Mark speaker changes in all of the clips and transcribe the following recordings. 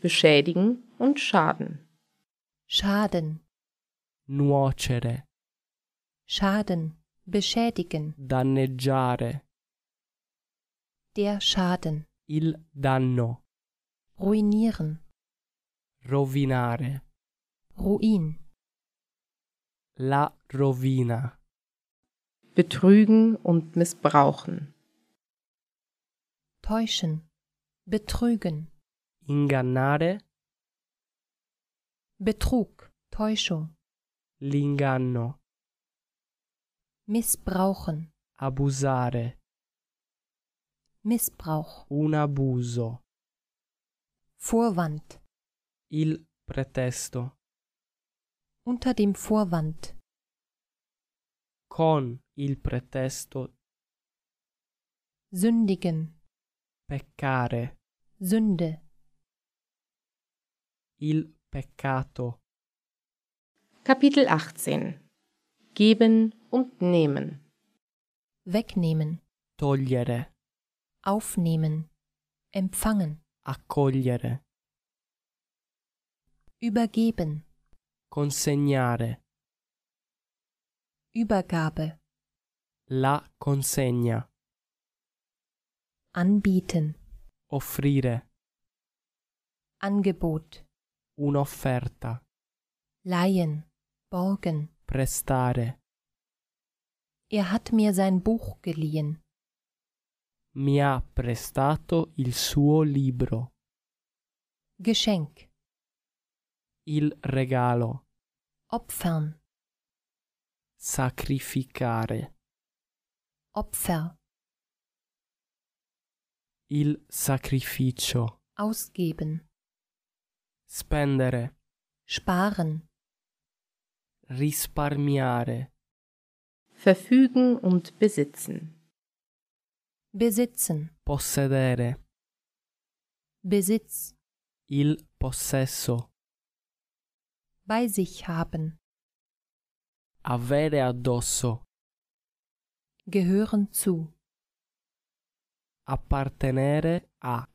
Speaker 1: beschädigen und schaden.
Speaker 2: Schaden,
Speaker 3: nuocere,
Speaker 2: Schaden, beschädigen,
Speaker 3: danneggiare,
Speaker 2: der Schaden,
Speaker 3: il danno,
Speaker 2: ruinieren,
Speaker 3: rovinare,
Speaker 2: Ruin,
Speaker 3: la rovina,
Speaker 1: Betrügen und missbrauchen.
Speaker 2: täuschen, betrügen,
Speaker 3: ingannare,
Speaker 2: Betrug, Täuschung,
Speaker 3: l'inganno,
Speaker 2: missbrauchen,
Speaker 3: abusare,
Speaker 2: Missbrauch,
Speaker 3: un abuso,
Speaker 2: Vorwand,
Speaker 3: il pretesto,
Speaker 2: unter dem Vorwand,
Speaker 3: con il pretesto,
Speaker 2: sündigen,
Speaker 3: peccare,
Speaker 2: Sünde,
Speaker 3: il peccato,
Speaker 1: Kapitel 18 Geben und Nehmen.
Speaker 2: wegnehmen,
Speaker 3: togliere,
Speaker 2: aufnehmen, empfangen,
Speaker 3: accogliere,
Speaker 2: übergeben,
Speaker 3: consegnare,
Speaker 2: Übergabe,
Speaker 3: la consegna,
Speaker 2: anbieten,
Speaker 3: offrire,
Speaker 2: Angebot,
Speaker 3: un'offerta,
Speaker 2: leihen, borgen.
Speaker 3: prestare,
Speaker 2: Er hat mir sein Buch geliehen,
Speaker 3: mi ha prestato il suo libro,
Speaker 2: Geschenk,
Speaker 3: il regalo,
Speaker 2: opfern,
Speaker 3: sacrificare,
Speaker 2: Opfer,
Speaker 3: il sacrificio,
Speaker 2: ausgeben,
Speaker 3: spendere,
Speaker 2: sparen,
Speaker 3: risparmiare,
Speaker 1: Verfügen und besitzen.
Speaker 2: besitzen,
Speaker 3: possedere,
Speaker 2: Besitz,
Speaker 3: il possesso,
Speaker 2: bei sich haben,
Speaker 3: avere addosso,
Speaker 2: gehören zu.
Speaker 3: appartenere a,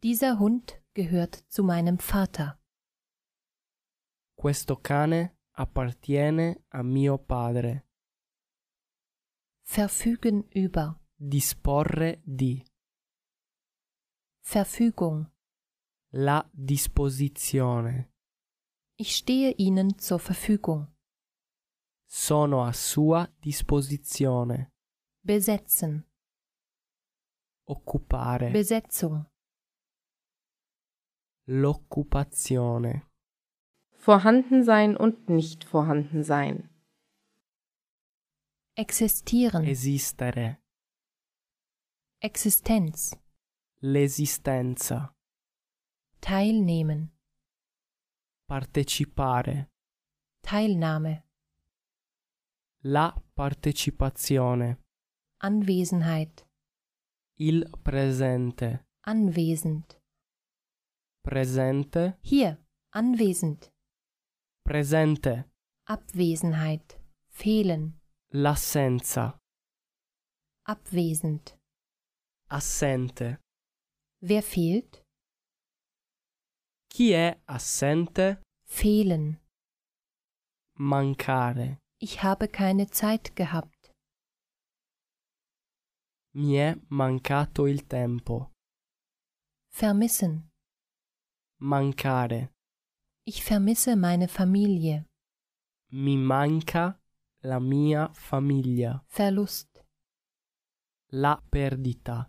Speaker 2: Dieser Hund gehört zu meinem Vater.
Speaker 3: questo cane appartiene a mio padre,
Speaker 2: Verfügen über,
Speaker 3: disporre di,
Speaker 2: Verfügung.
Speaker 3: la disposizione.
Speaker 2: Ich stehe Ihnen zur Verfügung.
Speaker 3: sono a sua disposizione.
Speaker 2: Besetzen,
Speaker 3: Occupare
Speaker 2: Besetzung,
Speaker 3: l'occupazione,
Speaker 1: Vorhandensein und nicht vorhanden sein.
Speaker 2: existieren,
Speaker 3: esistere,
Speaker 2: Existenz,
Speaker 3: l'esistenza,
Speaker 2: teilnehmen,
Speaker 3: partecipare,
Speaker 2: Teilnahme,
Speaker 3: la partecipazione,
Speaker 2: Anwesenheit,
Speaker 3: il presente,
Speaker 2: anwesend.
Speaker 3: presente,
Speaker 2: Hier, anwesend,
Speaker 3: presente,
Speaker 2: Abwesenheit, fehlen,
Speaker 3: l'assenza,
Speaker 2: abwesend.
Speaker 3: assente.
Speaker 2: Wer fehlt?
Speaker 3: Chi è assente?
Speaker 2: Fehlen.
Speaker 3: Mancare.
Speaker 2: Ich habe keine Zeit gehabt.
Speaker 3: Mi è mancato il tempo.
Speaker 2: Vermissen.
Speaker 3: Mancare.
Speaker 2: Ich vermisse meine Familie.
Speaker 3: Mi manca la mia famiglia.
Speaker 2: Verlust.
Speaker 3: La perdita,